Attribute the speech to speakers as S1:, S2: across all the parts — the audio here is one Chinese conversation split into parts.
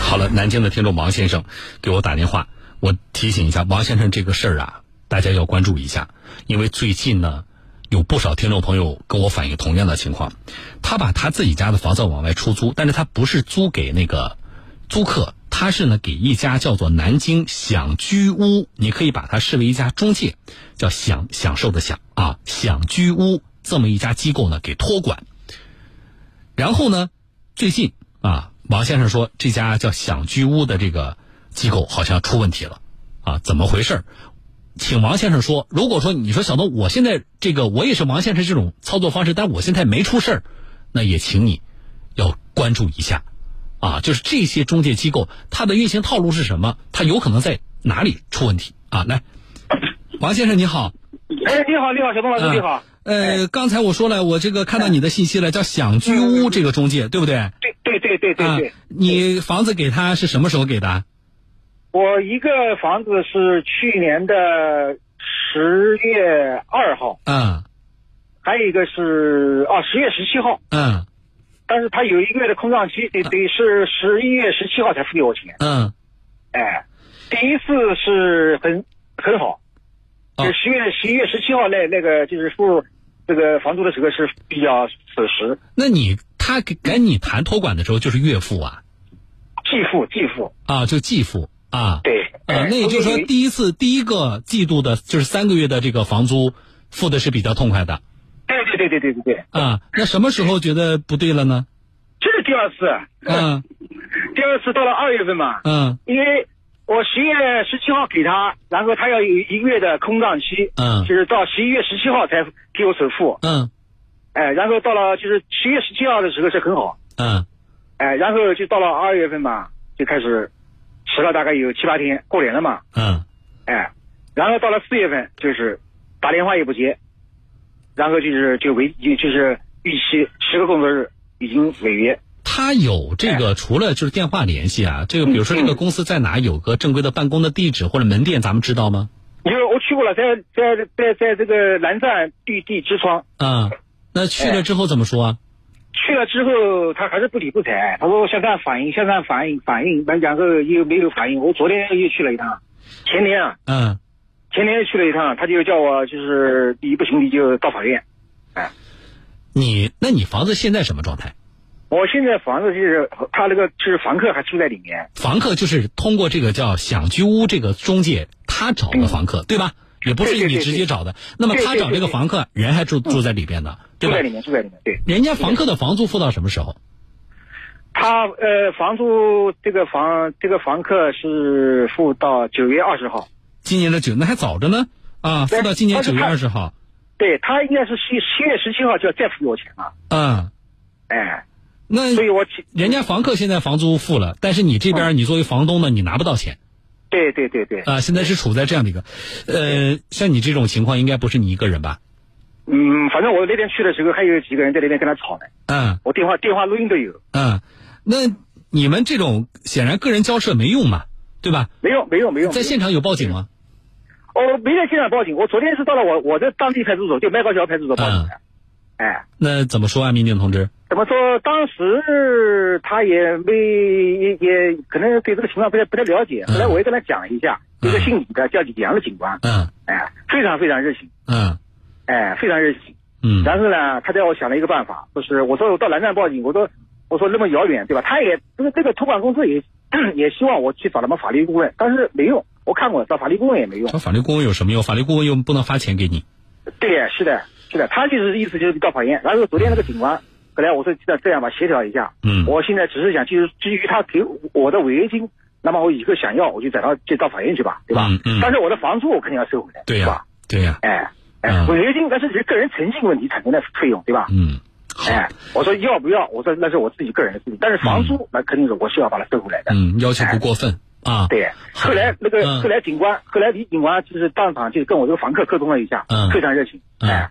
S1: 好了，南京的听众王先生给我打电话，我提醒一下王先生这个事儿啊，大家要关注一下，因为最近呢，有不少听众朋友跟我反映同样的情况，他把他自己家的房子往外出租，但是他不是租给那个租客，他是呢给一家叫做南京享居屋，你可以把它视为一家中介，叫享享受的享啊，享居屋这么一家机构呢给托管。然后呢，最近啊，王先生说这家叫享居屋的这个机构好像出问题了，啊，怎么回事儿？请王先生说，如果说你说小东，我现在这个我也是王先生这种操作方式，但我现在没出事儿，那也请你要关注一下，啊，就是这些中介机构它的运行套路是什么，它有可能在哪里出问题啊？来，王先生你好，
S2: 哎，你好，你好，小东老师，
S1: 嗯
S2: 你好。
S1: 呃，刚才我说了，我这个看到你的信息了，叫享居屋这个中介，对不对？
S2: 对对对对对对
S1: 啊，，你房子给他是什么时候给的？
S2: 我一个房子是去年的十月二号，
S1: 嗯
S2: 还有一个是啊十月十七号，
S1: 嗯
S2: 但是他有一个月的空窗期，得得是十一月十七号才付给我钱。
S1: 嗯，
S2: 哎，第一次是很很好，
S1: 哦
S2: 就十月十一月十七号那那个就是付这个房租的时候是比较守时，
S1: 那你他给跟你谈托管的时候就是岳父啊
S2: 继付继付，
S1: 啊，就继父啊
S2: 对。
S1: 啊，
S2: 哎
S1: 那也就是说第一次第一个季度的就是三个月的这个房租付的是比较痛快的
S2: 对对对对对对对，
S1: 啊。那什么时候觉得不对了呢？
S2: 这是第二次，
S1: 嗯
S2: 第二次到了二月份嘛，
S1: 嗯
S2: 因为我十月十七号给他，然后他要有一个月的空档期，
S1: 嗯
S2: 就是到十一月十七号才给我首付，
S1: 嗯
S2: 哎，然后到了就是十月十七号的时候是很好，
S1: 嗯
S2: 哎，然后就到了二月份嘛，就开始迟了大概有七八天，过年了嘛，
S1: 嗯
S2: 哎，然后到了四月份就是打电话也不接，然后就是就违就就是预期十个工作日已经违约，
S1: 他有这个，除了就是电话联系啊，这个比如说这个公司在哪有个正规的办公的地址或者门店，咱们知道吗？
S2: 因为我去过了，在在在在这个南站绿地之窗。
S1: 啊，那去
S2: 哎
S1: 了之后怎么说啊？
S2: 去了之后，他还是不理不睬，他说向上反映，向上反映，反映，完然后又没有反应。我昨天又去了一趟，前天啊，
S1: 嗯，
S2: 前天又去了一趟，他就叫我就是你不行你就到法院。
S1: 你那你房子现在什么状态？
S2: 我现在房子就是他那个就是房客还住在里面，
S1: 房客就是通过这个叫享居屋这个中介，他找的房客，对吧？也不是
S2: 对对
S1: 你
S2: 对
S1: 直接找的。那么
S2: 对对
S1: 他找这个
S2: 对对
S1: 房客，人还住住在里边呢，对
S2: 住在
S1: 吧？
S2: 里面住在里面。对
S1: 人家房客的房租付到什么时候？
S2: 他呃，房租这个房这个房客是付到九月二十号，
S1: 今年的九，那还早着呢啊，付到今年
S2: 但是
S1: 九月
S2: 他
S1: 二十号。
S2: 对他应该是七七月十七号就要再付给我钱了，
S1: 嗯，
S2: 哎，
S1: 那
S2: 所以嗯我起
S1: 人家房客现在房租付了，但是你这边你作为房东呢，你拿不到钱
S2: 对对对对，
S1: 啊。现在是处在这样的一个，呃，像你这种情况，应该不是你一个人吧？
S2: 嗯，反正我那天去的时候还有几个人在那边跟他吵呢。
S1: 嗯。
S2: 我电话电话录音都有，
S1: 嗯，那你们这种显然个人交涉没用嘛，对吧？
S2: 没用没用没用。
S1: 在现场有报警吗？
S2: 我没在现场报警，我昨天是到了我我的当地派出所，就麦高桥派出所报
S1: 啊
S2: 警的。哎，
S1: 那怎么说啊，民警同志？
S2: 怎么说？当时他也没也也可能对这个情况不太不太了解。
S1: 嗯
S2: 后来我也跟他讲一下，
S1: 嗯
S2: 一个姓李的叫李阳的警官，
S1: 嗯
S2: 哎，非常非常热心，
S1: 嗯
S2: 哎，非常热心。
S1: 嗯
S2: 然后呢，他叫我想了一个办法，就是我说我到南站报警，我说我说那么遥远，对吧？他也这个这个托管公司也也希望我去找他们法律顾问，但是没用，我看过了，找法律顾问也没用。
S1: 找法律顾问有什么用？法律顾问又不能发钱给你。
S2: 对，是的，是的，他就是意思就是告法院。然后昨天那个警官，本来我说这样这样吧，协调一下。
S1: 嗯
S2: 我现在只是想，就是基于他给我的违约金，那么我以后想要，我就找到就到法院去吧，对吧？
S1: 嗯嗯
S2: 但是我的房租我肯定要收回来，
S1: 对呀、
S2: 是吧？
S1: 对呀、
S2: 哎
S1: 嗯
S2: 哎，违约金那是你个人诚信问题产生的费用，对吧？
S1: 嗯，
S2: 哎，我说要不要？我说那是我自己个人的事情，但是房租、那肯定是我是要把它收回来的。
S1: 嗯，要求不过分啊。
S2: 哎对，后来那个、
S1: 嗯
S2: 后来警官，后来李警官就是当场就跟我这个房客沟通了一下，
S1: 嗯
S2: 非常热情，
S1: 嗯
S2: 哎，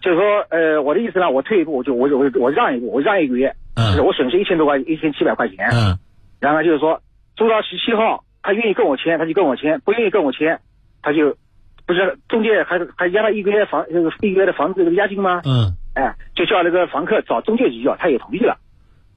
S2: 就是说呃，我的意思呢，我退一步，我就我就我就我让一步，我让一个月，
S1: 嗯
S2: 就是我损失一千多块，一千七百块钱，
S1: 嗯
S2: 然后就是说租到十七号，他愿意跟我签，他就跟我签，不愿意跟我签，他就不是中介还还押了一个月房这个一个月的房子这个押金吗？
S1: 嗯
S2: 哎，就叫那个房客找中介局要，他也同意了，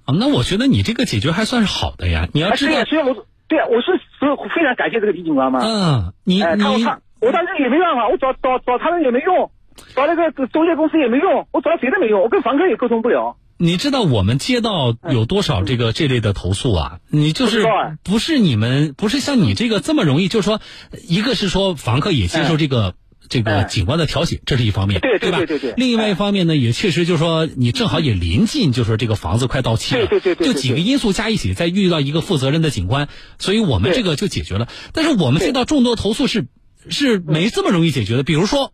S1: 啊，那我觉得你这个解决还算是好的呀。你要
S2: 哎，
S1: 知
S2: 对
S1: 道
S2: 呀，，所以我对呀，啊我是所以非常感谢这个李警官嘛。
S1: 嗯，你
S2: 哎，他
S1: 你
S2: 他我当时也没办法，我找找找他们也没用，找那个中介公司也没用，我找谁都没用，我跟房客也沟通不了。
S1: 你知道我们接到有多少这个这类的投诉啊？你就
S2: 哎不
S1: 是
S2: 知道哎
S1: 不是你们不是像你这个这么容易，就是说，一个是说房客也接受这个。这个
S2: 哎
S1: 景观的调解，这是一方面，
S2: 对对
S1: 吧？
S2: 对对哎对
S1: 另外一方面呢，也确实就是说，你正好也临近，就是说这个房子快到期了，
S2: 对对对对
S1: 就
S2: 对
S1: 几个因素加一起，再遇到一个负责任的景观，所以我们
S2: 对
S1: 这个就解决了。但是我们
S2: 对
S1: 接到众多投诉是是没这么容易解决的，比如说，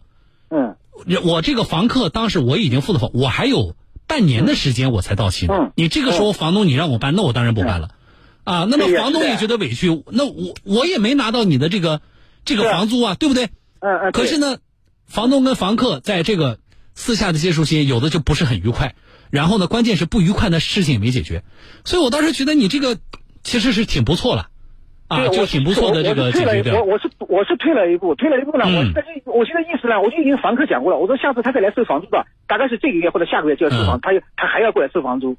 S2: 嗯
S1: 我这个房客当时我已经付了房，我还有半年的时间我才到期呢。
S2: 嗯
S1: 你这个时候房东你让我搬，那我当然不搬了，啊，那么
S2: 对呀
S1: 房东
S2: 是的
S1: 也觉得委屈，那我我也没拿到你的这个这个
S2: 是啊
S1: 房租啊，对不对？
S2: 嗯嗯。
S1: 可是
S2: 呢，
S1: 呢，房东跟房客在这个私下的接触期，有的就不是很愉快，然后呢，关键是不愉快的事情也没解决，所以我当时觉得你这个其实是挺不错了，啊，
S2: 对
S1: 就
S2: 我是
S1: 挺不错的这
S2: 我
S1: 个
S2: 我
S1: 解
S2: 是
S1: 决
S2: 退了，
S1: 掉
S2: 我。我是我是退了一步，退了一步呢，
S1: 嗯
S2: 我但是我现在意识呢，我就已经房客讲过了，我说下次他再来收房租的，大概是这个月或者下个月就要收房，
S1: 嗯
S2: 他又他还要过来收房租，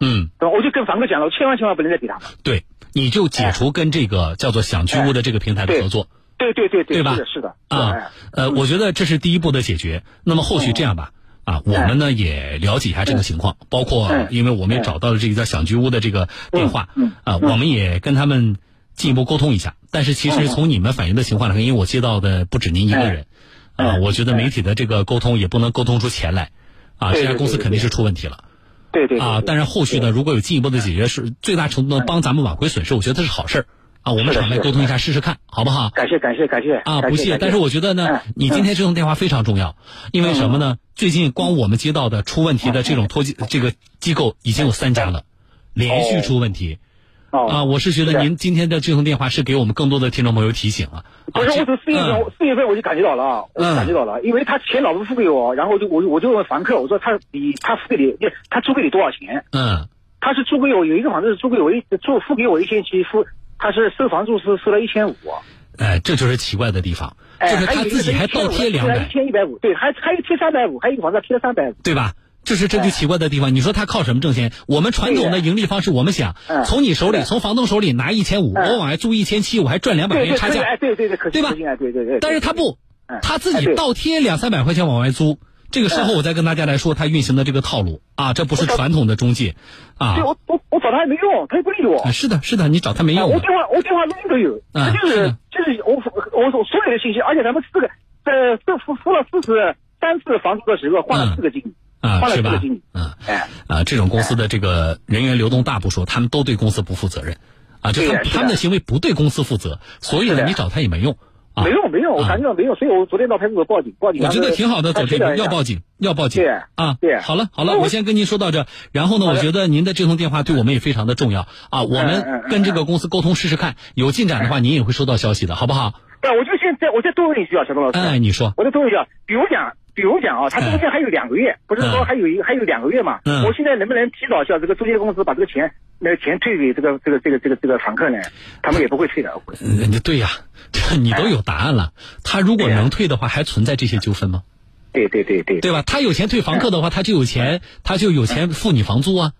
S1: 嗯。
S2: 对吧？我就跟房客讲了，我千万千万不能再给他。
S1: 对，你就解除跟这
S2: 哎
S1: 个叫做“想居屋”的这个平台的合作
S2: 对对对
S1: 对吧
S2: 是的，是的，是的哎
S1: 啊。呃，我觉得这是第一步的解决。那么后续这样吧。啊，我们呢也了解一下这个情况，包括
S2: 哎嗯
S1: 因为我们也找到了这个叫“想居屋”的这个电话
S2: 嗯，
S1: 啊，我们也跟他们进一步沟通一下。但是其实
S2: 嗯
S1: 从你们反映的情况来看，因为我接到的不止您一个人，啊，
S2: 嗯
S1: 我觉得媒体的这个沟通也不能沟通出钱来，啊，这
S2: 对
S1: 家
S2: 对
S1: 公司
S2: 对
S1: 肯定
S2: 对
S1: 是出问题了。
S2: 对对对
S1: 啊，
S2: 对
S1: 但是后续呢，如果有进一步的解决，是最大程度能帮咱们挽回损失，我觉得是好事儿啊。我们
S2: 是的
S1: 敞开
S2: 是的
S1: 沟通一下试试看，好不好？
S2: 感谢感谢感谢
S1: 啊，
S2: 感
S1: 不
S2: 谢
S1: 谢，
S2: 感
S1: 但是我觉得呢
S2: 嗯，
S1: 你今天这通电话非常重要，因为什么呢？最近光我们接到的出问题的这
S2: 嗯
S1: 种托机这个机构已经有三家了，连续出问题
S2: 哦
S1: 啊！我是觉
S2: 是
S1: 得
S2: 的
S1: 您今天的这通电话是给我们更多的听众朋友提醒了。
S2: 不是，
S1: 啊
S2: 我从四月份，我四月份我就感觉到了啊，
S1: 嗯
S2: 我就感觉到了，因为他钱老不付给我，然后就我就我就问房客，我说他你他付给你，他租给你多少钱？
S1: 嗯
S2: 他是租给我有一个房子是租给我一租付给我一千七，付他是收房租是收了一千五，
S1: 嗯，哎，这就是奇怪的地方，
S2: 哎，
S1: 就是
S2: 还有
S1: 他
S2: 一个
S1: 自己还倒贴两百
S2: 一，千一百五，对，还还有贴三百五，还有一个房子贴三百五，
S1: 对吧？这是这就奇怪的地方。你说他靠什么挣钱？我们传统的
S2: 对
S1: 盈利方式，我们想
S2: 嗯
S1: 从你手里，
S2: 对
S1: 从房东手里拿一千五，
S2: 嗯
S1: 我往外租一千七，我还赚两百块
S2: 对
S1: 钱差
S2: 对对，哎
S1: 价，
S2: 对对对，可惜
S1: 对吧
S2: 可惜哎对对对，
S1: 但是他不
S2: 嗯，
S1: 他自
S2: 哎
S1: 己
S2: 对嗯
S1: 倒贴两三百块钱往外租。这个事后我再跟大家来说他运行的这个套路啊，这不是
S2: 我懂
S1: 传统的中介啊
S2: 对。我我我找他也没用，他也不理我
S1: 啊，。是的，是的，你找他没
S2: 啊，
S1: 用
S2: 我
S1: 的。
S2: 电话我电话录音都有，
S1: 嗯
S2: 他就是是
S1: 的
S2: 就是我我所所有的信息，而且咱们四个呃这付付了四十三次房租的时候，换
S1: 嗯
S2: 了四个经理，
S1: 啊，
S2: 换了
S1: 是
S2: 四个
S1: 吧
S2: 经理？，
S1: 嗯，
S2: 哎，
S1: 啊，这种公司的这个人员流动大不说，他们都对公司不负责任，啊，就他们
S2: 对是的
S1: 他们的行为不对公司负责，所以
S2: 是
S1: 呢，
S2: 的
S1: 你找他也没用。啊。
S2: 没用没用，我
S1: 啊
S2: 感觉到没用，所以我昨天到派出所报警报警，
S1: 我觉得挺好的，
S2: 他
S1: 走这
S2: 确认
S1: 步
S2: 一下
S1: 要报警，要报警
S2: 对
S1: 啊！
S2: 对
S1: 好了好了，
S2: 那我
S1: 我先跟您说到这。然后呢，我
S2: 的
S1: 觉得您的这通电话对我们也非常的重要啊。我们
S2: 嗯
S1: 跟这个公司沟通试试看，有进展的话您也会收到消息的，好不好？
S2: 但我就现在我再多问你一句啊，小东老师，
S1: 哎，你说，
S2: 我再多问一下，比如讲。比如讲啊，他中间还有两个月，不是说
S1: 嗯
S2: 还有一还有两个月嘛？
S1: 嗯
S2: 我现在能不能提早叫这个中介公司把这个钱那个钱退给这个这个这个这个这个房客呢？他们也不会退的。我估计
S1: 嗯，对呀，这你都有答案了。他如果
S2: 对呀
S1: 能退的话，还存在这些纠纷吗？
S2: 对对对对
S1: 对吧？他有钱退房客的话，他就有钱，他就有钱付你房租啊。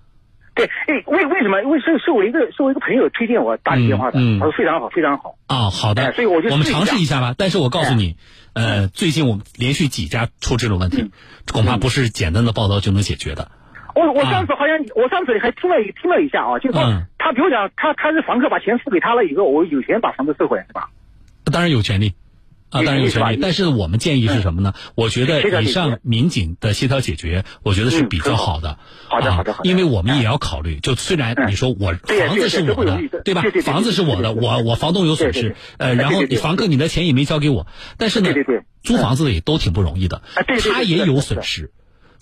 S2: 对，哎，为为什么？为是是我一个是我一个朋友推荐我打你电话的，
S1: 嗯嗯
S2: 他说非常好，非常好。
S1: 啊、好的，
S2: 哎所以我就
S1: 们
S2: 试一
S1: 尝试
S2: 下哎
S1: 一下吧。但是我告诉你，呃，最近我们连续几家出这种问
S2: 嗯
S1: 题，恐怕不是简单的报道就能解决的。
S2: 我我
S1: 啊
S2: 上次好像、我上次还听了一听了一下啊，就是说、
S1: 嗯
S2: 他比如讲他他是房客把钱付给他了以后，我有权把房子收回来是吧？
S1: 当然有权利。啊，
S2: 有
S1: 当然有
S2: 权利是吧
S1: 权利，但是我们建议
S2: 嗯
S1: 是什么呢？我觉
S2: 协调
S1: 得
S2: 解
S1: 以
S2: 决
S1: 上民警的协调解决，我觉得是
S2: 嗯
S1: 比较
S2: 很好
S1: 好的。
S2: 好的
S1: 啊
S2: 好的好的嗯
S1: 因为我们也要考虑，就虽然你说我
S2: 对呀
S1: 房子是
S2: 对呀
S1: 我
S2: 这不
S1: 的
S2: 容易的，
S1: 吧
S2: 对对？对
S1: 房子是我的，
S2: 对对对
S1: 我我房东有损
S2: 对
S1: 失
S2: 对，
S1: 呃，然后
S2: 对对对
S1: 房客你的钱也没交给我，但是呢
S2: 对对对，
S1: 租房子的也都挺不容易的
S2: 对，对对
S1: 他
S2: 是的
S1: 也
S2: 是
S1: 有
S2: 的
S1: 损失。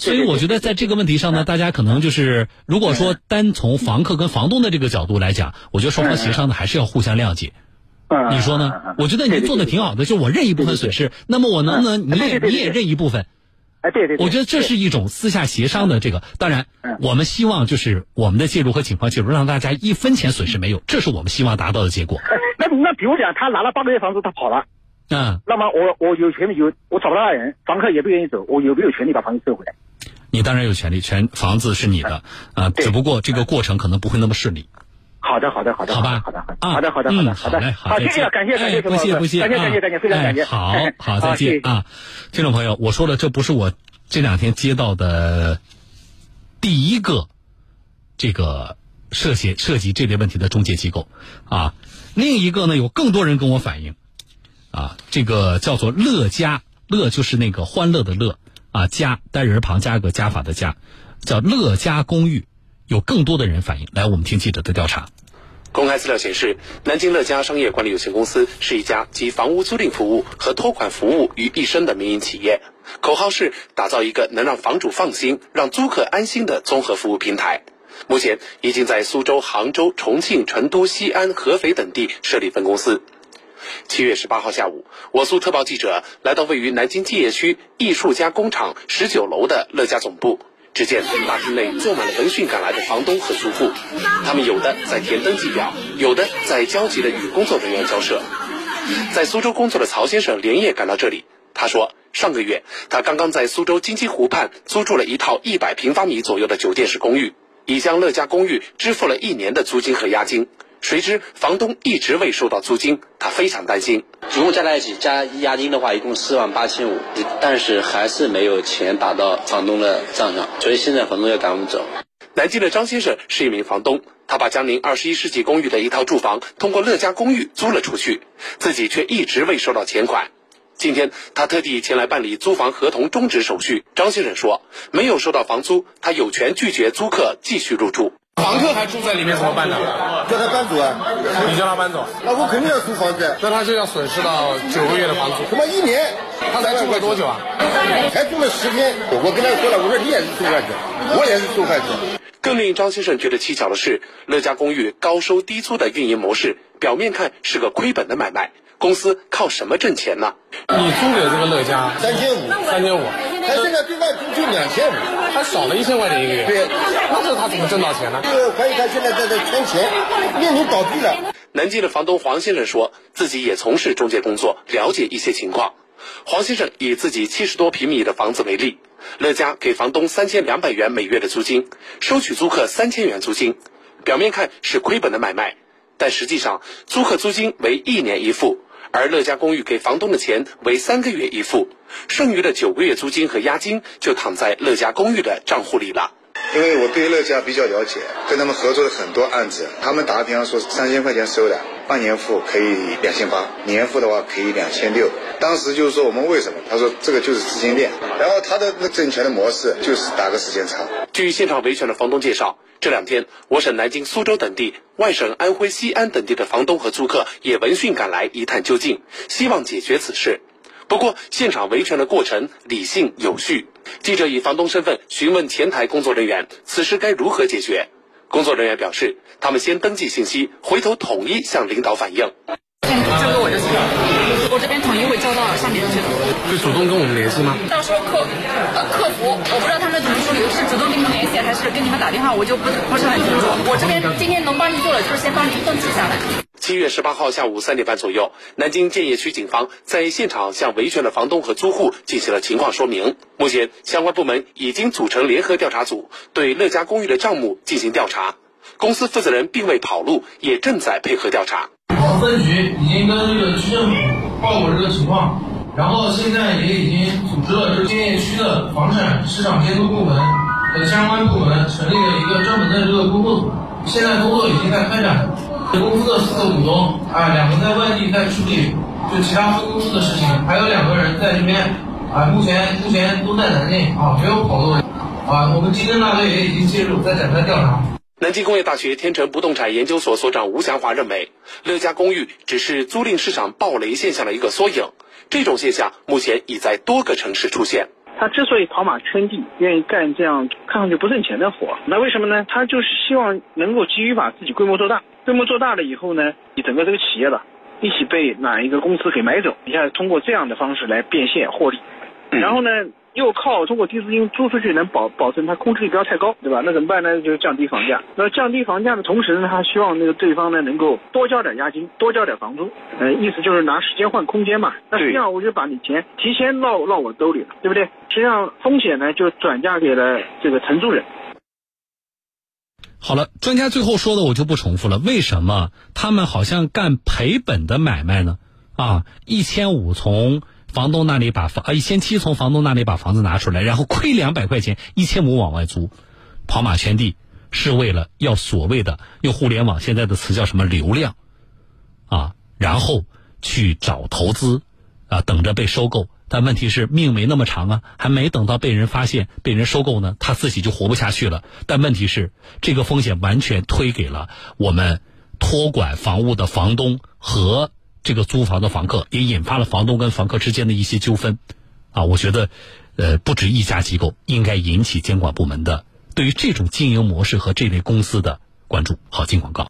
S1: 所
S2: 对
S1: 以
S2: 对
S1: 我
S2: 对嗯
S1: 觉得在这个问题上呢，大家可能就是，如果说单从房客跟房东的这个角度来讲，我觉得双方协商的还是要互相谅解。
S2: 嗯，
S1: 你说
S2: 嗯嗯
S1: 呢
S2: 嗯？
S1: 我觉得你做的挺好的，就我认一部分损失，那么我能不能
S2: 嗯
S1: 你也
S2: 对对对
S1: 你也
S2: 对
S1: 认一部分？
S2: 哎，对对对，
S1: 我觉得这是一种私下协商的这个。当然
S2: 嗯，
S1: 我们希望就是我们的介入和警方介入，让大家一分钱损失没有，这是我们希望达到的结 果。
S2: 哎那那比如讲他拿了八个月房租他跑了，
S1: 嗯，
S2: 那么我我有权利有我找不到人，房客也不愿意走，我有没有权利把房子收回来？
S3: 你当然有权利，权房子是你的啊，
S4: 对
S3: 只不过这个过程可能不会那么顺利。
S4: 好的，好的，好的，
S3: 好吧，
S4: 好的，
S3: 啊
S4: 好的，好的，好的，
S3: 嗯
S4: 好
S3: 嘞，
S4: 的，
S3: 好，
S4: 好，谢
S2: 啊
S4: 谢，感谢，感谢，
S3: 哎不谢不谢，
S4: 感谢，感谢，
S3: 啊
S4: 感谢，非常
S3: 哎
S4: 感谢，
S3: 好好，再
S4: 谢
S3: 见
S4: 谢
S3: 啊，听众朋友，我说了，这不是我这两天接到的第一个这个涉嫌涉及这类问题的中介机构啊，另一个呢，有更多人跟我反映啊，这个叫做乐家，乐就是那个欢乐的乐啊，家单人旁加个加法的加，叫乐家公寓，有更多的人反映，来，我们听记者的调查。
S1: 公开资料显示，南京乐嘉商业管理有限公司是一家集房屋租赁服务和托管服务于一身的民营企业，口号是打造一个能让房主放心、让租客安心的综合服务平台。目前已经在苏州、杭州、重庆、成都、西安、合肥等地设立分公司。七月十八号下午，我苏特报记者来到位于南京继业区艺术家工厂十九楼的乐嘉总部。只见大厅内坐满了闻讯赶来的房东和租户，他们有的在填登记表，有的在焦急地与工作人员交涉。在苏州工作的曹先生连夜赶到这里，他说，上个月他刚刚在苏州金鸡湖畔租住了一套一百平方米左右的酒店式公寓，已将乐家公寓支付了一年的租金和押金。谁知房东一直未收到租金，他非常担心。
S5: 总共加在一起加押金的话，一共四万八千五，但是还是没有钱打到房东的账上，所以现在房东要赶我们走。
S1: 南京的张先生是一名房东，他把江宁二十一世纪公寓的一套住房通过乐家公寓租了出去，自己却一直未收到钱款。今天他特地前来办理租房合同终止手续。张先生说，没有收到房租，他有权拒绝租客继续入住。
S6: 房客还住在里面怎么办呢？
S7: 叫他搬走啊，
S6: 你叫他搬走，
S7: 那我肯定要租房子，
S6: 那他就要损失到九个月的房租。
S7: 他妈一年
S6: 他才住了多久啊？
S7: 才住了十天，我跟他说了，我说你也是受害者，我也是受害者。
S1: 更令张先生觉得蹊跷的是，乐家公寓高收低租的运营模式，表面看是个亏本的买卖，公司靠什么挣钱呢？
S6: 你租给这个乐嘉
S7: 三千五，
S6: 三千五，
S7: 他现在对外租就两千五，
S6: 他少了一千块钱一个月。
S7: 对
S6: 那这他怎么挣到钱呢？
S7: 这个怀疑他现在在这圈钱，面临倒闭了。
S1: 南京的房东黄先生说，自己也从事中介工作，了解一些情况。黄先生以自己七十多平米的房子为例，乐嘉给房东三千两百元每月的租金，收取租客三千元租金。表面看是亏本的买卖，但实际上租客租金为一年一付，而乐嘉公寓给房东的钱为三个月一付，剩余的九个月租金和押金就躺在乐嘉公寓的账户里了。
S8: 因为我对乐嘉比较了解，跟他们合作的很多案子，他们打个比方说三千块钱收的，半年付可以两千八，年付的话可以两千六。当时就是说我们为什么？他说这个就是资金链，然后他的那挣钱的模式就是打个时间差。
S1: 据现场维权的房东介绍，这两天我省南京、苏州等地、外省安徽西安等地的房东和租客也闻讯赶来一探究竟，希望解决此事。不过，现场维权的过程理性有序。记者以房东身份询问前台工作人员，此事该如何解决？工作人员表示，他们先登记信息，回头统一向领导反映。
S9: 交给我就行了，我这边统一会交到上面去的。
S6: 就主动跟我们联系吗？
S9: 到时候客呃客服，我不知道他们怎么处理，是主动跟你们联系，还是跟你们打电话，我就不不是很清楚。我这边今天能帮你做的，就是先帮您登记下来。
S1: 七月十八号下午三点半左右，南京建邺区警方在现场向维权的房东和租户进行了情况说明。目前，相关部门已经组成联合调查组，对乐嘉公寓的账目进行调查。公司负责人并未跑路，也正在配合调查。
S10: 分局已经跟这个区政府报过这个情况，然后现在也已经组织了这个建邺区的房产市场监督部门等相关部门成立了一个专门的这个工作组，现在工作已经在开展。公司的四个股东啊，两个在外地在处理就其他分公司的事情，还有两个人在这边啊，目前目前都在南京啊，没有跑路啊。我们经侦大队也已经介入，在展开调查。
S1: 南京工业大学天成不动产研究所所长吴祥华认为，乐嘉公寓只是租赁市场暴雷现象的一个缩影，这种现象目前已在多个城市出现。
S2: 他之所以跑马圈地，愿意干这样看上去不挣钱的活，那为什么呢？他就是希望能够急于把自己规模做大，规模做大了以后呢，你整个这个企业吧，一起被哪一个公司给买走，你看通过这样的方式来变现获利。然后呢，又靠通过低租金租出去能保保证它空置率不要太高，对吧？那怎么办呢？就是降低房价。那降低房价的同时呢，他希望那个对方呢能够多交点押金，多交点房租，呃，意思就是拿时间换空间嘛。那实际上我就把你钱提前落落我兜里了，对不对？实际上风险呢就转嫁给了这个承租人。
S1: 好了，专家最后说的我就不重复了。为什么他们好像干赔本的买卖呢？啊，一千五从房东那里把房啊一千七从房东那里把房子拿出来，然后亏两百块钱，一千五往外租，跑马圈地是为了要所谓的用互联网现在的词叫什么流量啊，然后去找投资啊，等着被收购。但问题是命没那么长啊，还没等到被人发现、被人收购呢，他自己就活不下去了。但问题是，这个风险完全推给了我们托管房屋的房东和这个租房的房客，也引发了房东跟房客之间的一些纠纷。啊，我觉得，呃，不止一家机构应该引起监管部门的对于这种经营模式和这类公司的关注。好，进广告。